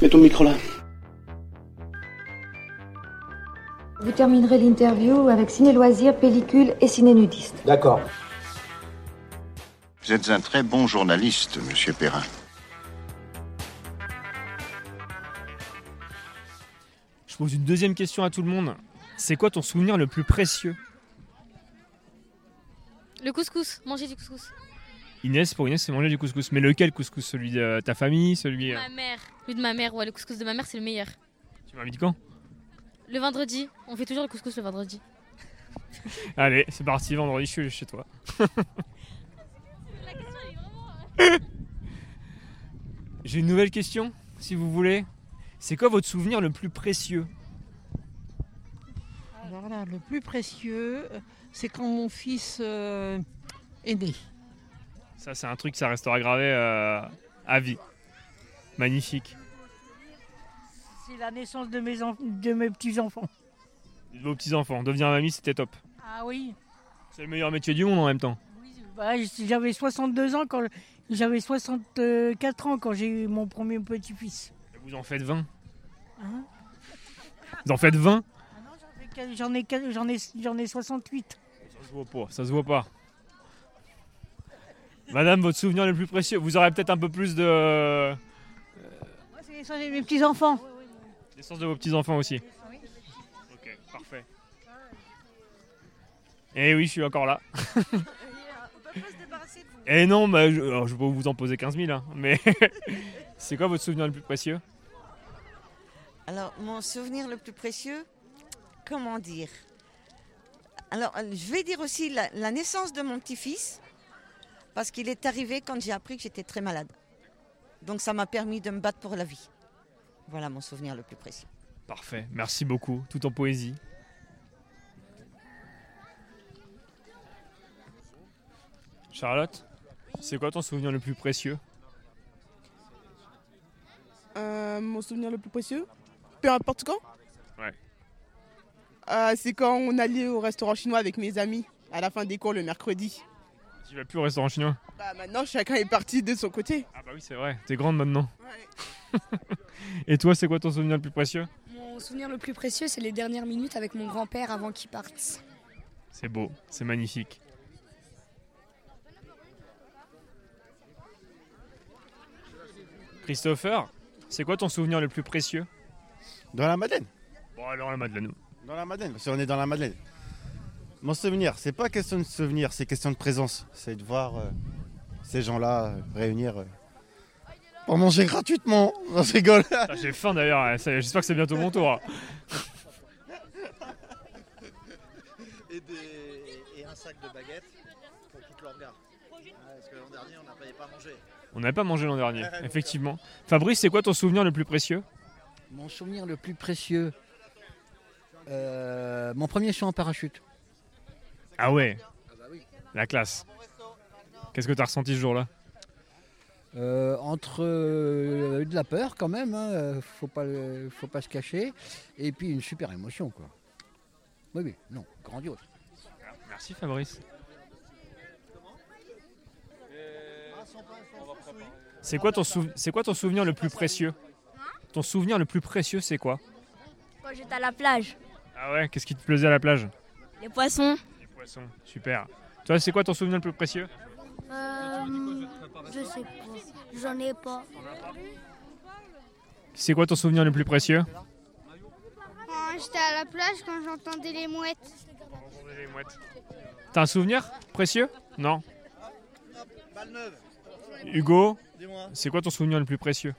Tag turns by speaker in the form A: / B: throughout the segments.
A: Mets ton micro là.
B: Vous terminerez l'interview avec ciné loisirs, pellicules et ciné nudiste.
C: D'accord.
D: Vous êtes un très bon journaliste, monsieur Perrin.
E: Je pose une deuxième question à tout le monde. C'est quoi ton souvenir le plus précieux
F: Le couscous, manger du couscous.
E: Inès, pour Inès, c'est manger du couscous. Mais lequel couscous Celui de ta famille Celui. euh,
F: Ma mère. Lui de ma mère, ouais, le couscous de ma mère, c'est le meilleur.
E: Tu m'as mis de quand
F: Le vendredi, on fait toujours le couscous le vendredi.
E: Allez, c'est parti, vendredi, je suis chez toi.
F: La question, elle est vraiment. euh,
E: J'ai une nouvelle question, si vous voulez. C'est quoi votre souvenir le plus précieux
G: Alors là, le plus précieux, euh, c'est quand mon fils euh, est né.
E: Ça, c'est un truc, ça restera gravé euh, à vie. Magnifique.
H: C'est la naissance de mes, enf- de mes petits-enfants.
E: Vos petits-enfants, devenir mamie, c'était top.
H: Ah oui,
E: C'est le meilleur métier du monde en même temps.
H: Bah, J'avais 62 ans quand... J'avais 64 ans quand j'ai eu mon premier petit-fils.
E: Vous en faites 20.
H: Hein
E: Vous en faites 20
H: Ah non, j'en fais quel- J'en ai, quel- j'en ai, j'en ai 68.
E: Ça se voit pas, ça se voit pas. Madame, votre souvenir le plus précieux, vous aurez peut-être un peu plus de euh,
H: Moi, c'est la naissance de mes petits-enfants.
E: l'essence de vos petits-enfants aussi. Ok, parfait. Eh oui, je suis encore là. Eh non, bah, je, alors, je peux vous en poser 15 000, hein, mais c'est quoi votre souvenir le plus précieux
I: Alors, mon souvenir le plus précieux, comment dire Alors, euh, je vais dire aussi la, la naissance de mon petit-fils, parce qu'il est arrivé quand j'ai appris que j'étais très malade. Donc, ça m'a permis de me battre pour la vie. Voilà mon souvenir le plus précieux.
E: Parfait, merci beaucoup, tout en poésie. Charlotte, c'est quoi ton souvenir le plus précieux
J: Euh, mon souvenir le plus précieux, peu importe quand.
E: Ouais.
J: Euh, c'est quand on allait au restaurant chinois avec mes amis à la fin des cours le mercredi.
E: Tu vas plus au restaurant chinois
J: Bah, maintenant, chacun est parti de son côté.
E: Ah bah oui, c'est vrai, t'es grande maintenant. Et toi, c'est quoi ton souvenir le plus précieux
K: Mon souvenir le plus précieux, c'est les dernières minutes avec mon grand-père avant qu'il parte.
E: C'est beau, c'est magnifique. Christopher, c'est quoi ton souvenir le plus précieux
L: Dans la Madeleine
E: Bon alors la Madeleine.
L: Dans la Madeleine, parce qu'on est dans la Madeleine. Mon souvenir, c'est pas question de souvenir, c'est question de présence. C'est de voir euh, ces gens-là euh, réunir euh, pour manger gratuitement. On se rigole.
E: Putain, Ah, J'ai faim d'ailleurs, ouais, ça- j'espère que c'est bientôt mon tour. hein.
C: Et, un sac de baguettes pour toute leur gare. Parce que l'an dernier, on n'a pas mangé.
E: On n'avait pas mangé l'an dernier, effectivement. Fabrice, c'est quoi ton souvenir le plus précieux
M: Mon souvenir le plus précieux, euh, mon premier saut en parachute.
E: Ah ouais, la classe. Qu'est-ce que t'as ressenti ce jour-là
M: Euh, entre euh, de la peur quand même, hein, euh, faut pas, le- faut pas se cacher, et puis une super émotion quoi. Oui oui, non, grandiose.
E: Merci Fabrice. C'est quoi, ton souv- c'est quoi ton souvenir le plus précieux Ton souvenir le plus précieux, c'est quoi
N: Quand j'étais à la plage,
E: Ah ouais, qu'est-ce qui te plaisait à la plage
N: les poissons.
E: Les poissons, super. Toi, c'est quoi ton souvenir le plus précieux
N: je sais pas. J'en ai pas.
E: C'est quoi ton souvenir le plus précieux
O: J'étais à la plage quand j'entendais les mouettes.
E: T'as un souvenir précieux Non. Hugo, c'est quoi ton souvenir le plus précieux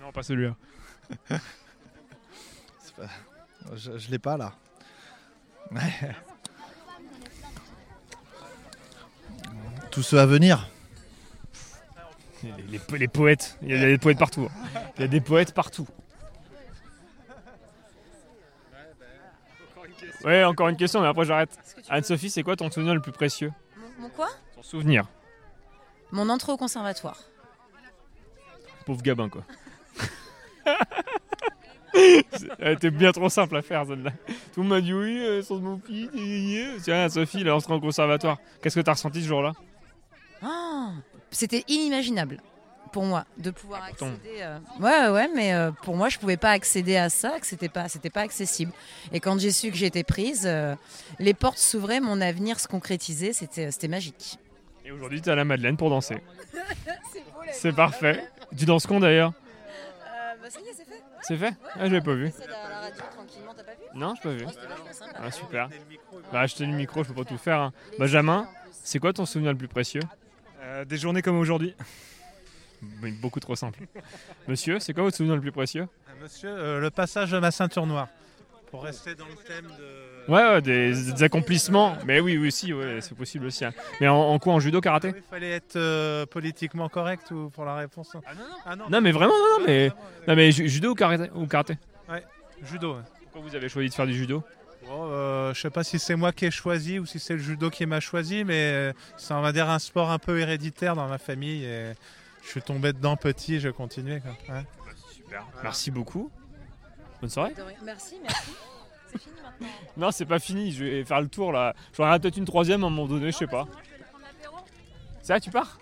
E: Non, pas celui-là.
P: C'est pas- Je, je l'ai pas là. Ouais.
E: Tous ceux à venir. Les, les po- les poètes, il y, a, il y a des poètes partout. hein. Il y a des poètes partout. Ouais, encore une question, mais après j'arrête. Anne-Sophie, c'est quoi ton souvenir le plus précieux
Q: Mon quoi
E: Ton souvenir
Q: Mon entrée au conservatoire.
E: Pauvre Gabin, quoi. C'est- Elle était bien trop simple à faire, celle-là. Tout le monde m'a dit oui, euh, sans mon fils. Tiens, Sophie, elle est entrée au conservatoire. Qu'est-ce que t'as ressenti ce jour-là
Q: Oh, C'était inimaginable.
I: pour moi, de pouvoir
E: Ah, pourtant.
I: accéder. euh, Ouais, ouais, mais euh, pour moi, je pouvais pas accéder à ça, que c'était pas, c'était pas accessible. Et quand j'ai su que j'étais prise, euh, les portes s'ouvraient, mon avenir se concrétisait, c'était, euh, c'était magique.
E: Et aujourd'hui, t'es à la Madeleine pour danser. C'est parfait. Tu danses con d'ailleurs Ah, bah, C'est fait Ah, je l'ai pas vu. Non, je pas vu. Ah, super. Bah, acheter le micro, je peux pas tout faire. hein. Benjamin, c'est quoi ton souvenir le plus précieux Euh, Des journées comme aujourd'hui. Beaucoup trop simple. Monsieur, c'est quoi votre souvenir le plus précieux
P: Monsieur, euh, le passage de ma ceinture noire. Pour rester dans le thème de.
E: Ouais, ouais, des, des accomplissements. Mais oui, oui, si, ouais, c'est possible aussi. hein. Mais en, en quoi En judo, karaté
P: Il fallait être euh, politiquement correct ou pour la réponse Ah non, non,
E: Non, mais vraiment, non, non, mais, non, mais ju- judo ou karaté, ou karaté
P: Ouais, judo. ouais.
E: Pourquoi vous avez choisi de faire du judo
P: Bon, euh, je sais pas si c'est moi qui ai choisi ou si c'est le judo qui m'a choisi, mais euh, c'est on va dire un sport un peu héréditaire dans ma famille. Et je suis tombé dedans petit, je continuais. Quoi. hein. Ouais.
E: Super. Merci beaucoup. Bonne soirée.
I: Merci, merci. C'est fini maintenant.
E: Non, c'est pas fini, je vais faire le tour là. J'en aurai peut-être une troisième à un moment donné, je sais pas. Ça, tu pars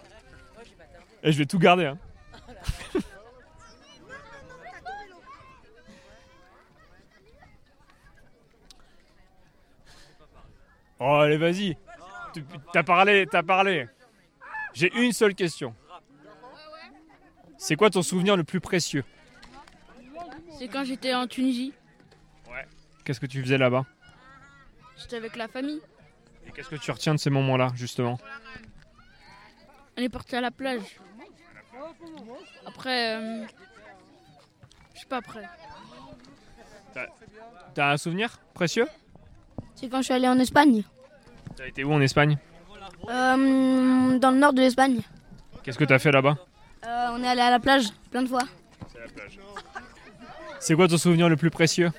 E: Et je vais tout garder. Hein. oh, allez, vas-y. Tu- T'as parlé, t'as parlé. J'ai une seule question. C'est quoi ton souvenir le plus précieux
F: C'est quand j'étais en Tunisie.
E: Qu'est-ce que tu faisais là-bas
F: J'étais avec la famille.
E: Et qu'est-ce que tu retiens de ces moments-là, justement
F: On est parti à la plage. Après, euh, je sais pas après.
E: T'as- T'as un souvenir précieux
F: C'est quand je suis allé en Espagne.
E: T'as été où en Espagne
F: Euh, dans le nord de l'Espagne.
E: Qu'est-ce que t'as fait là-bas
F: Euh, on est allé à la plage plein de fois.
E: C'est quoi ton souvenir le plus précieux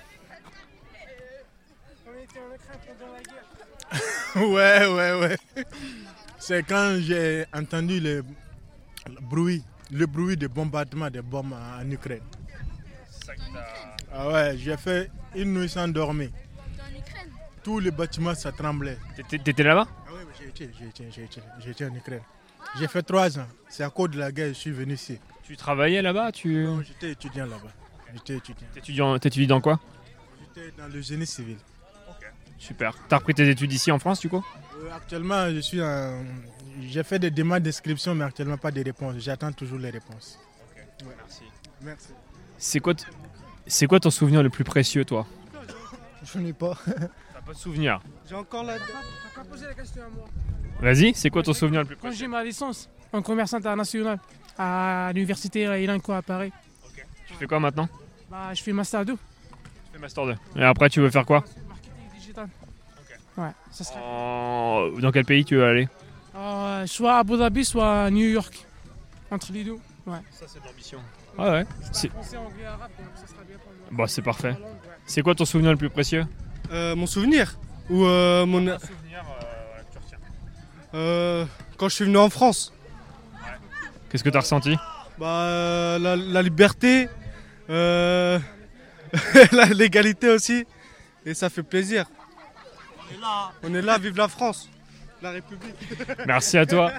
L: ouais, ouais, ouais. C'est quand j'ai entendu le, le bruit, le bruit de bombardement des bombes en, en Ukraine. Ah ouais, j'ai fait une nuit sans dormir. Tous les bâtiments, ça tremblait.
E: T'étais t'étais là-bas
L: Ah ouais, ouais, j'ai été, j'ai été, j'ai été, j'ai été en Ukraine. J'ai fait trois ans. C'est à cause de la guerre que je suis venu ici.
E: Tu travaillais là-bas Tu
L: J'étais étudiant là-bas. J'étais étudiant.
E: étudiant- t'étudies dans quoi
L: J'étais dans le génie civil.
E: Super. T'as repris tes études ici en France, du coup
L: Euh, Actuellement, je suis en- J'ai fait des demandes d'inscription, mais actuellement pas de réponse. J'attends toujours les réponses.
E: Merci.
L: Merci.
E: C'est quoi t- C'est quoi ton souvenir le plus précieux, toi
R: Je n'ai pas.
E: T'as pas de souvenir.
R: J'ai encore la. T'as pas posé la question à moi.
E: Vas-y, c'est quoi ton souvenir le plus
R: Quand
E: précieux
R: j'ai ma licence en commerce international à l'université Hélène quoi à Paris,
E: Tu fais quoi maintenant
R: bah, je fais master 2
E: Tu fais master 2. Et après, tu veux faire quoi
R: digital. Ouais, ça serait.
E: En- Dans quel pays tu veux aller
R: Euh, soit à Abu Dhabi, soit à New York. Entre les deux. Ouais.
E: Ça c'est de l'ambition. Ah ouais. C'est-
R: Français, anglais, arabe, donc ça sera bien pour moi.
E: Bah, c'est parfait. C'est quoi ton souvenir le plus précieux
R: Euh, mon souvenir ou euh, mon
S: Euh, quand je suis venu en France,
E: Qu'est-ce que t'as ressenti
S: bah, euh, la, la liberté, euh, la- l'égalité aussi, et ça fait plaisir. On est là, vive la France, la République.
E: Merci à toi.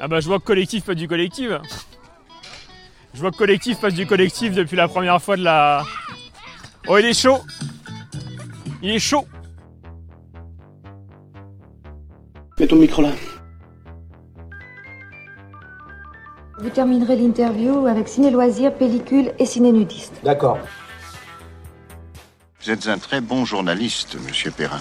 E: Ah bah je vois que collectif passe du collectif. Je vois que collectif passe du collectif depuis la première fois de la. Oh il est chaud Il est chaud
T: Mets ton micro là.
B: Vous terminerez l'interview avec ciné loisirs, pellicules et ciné nudiste.
D: D'accord. Vous êtes un très bon journaliste, monsieur Perrin.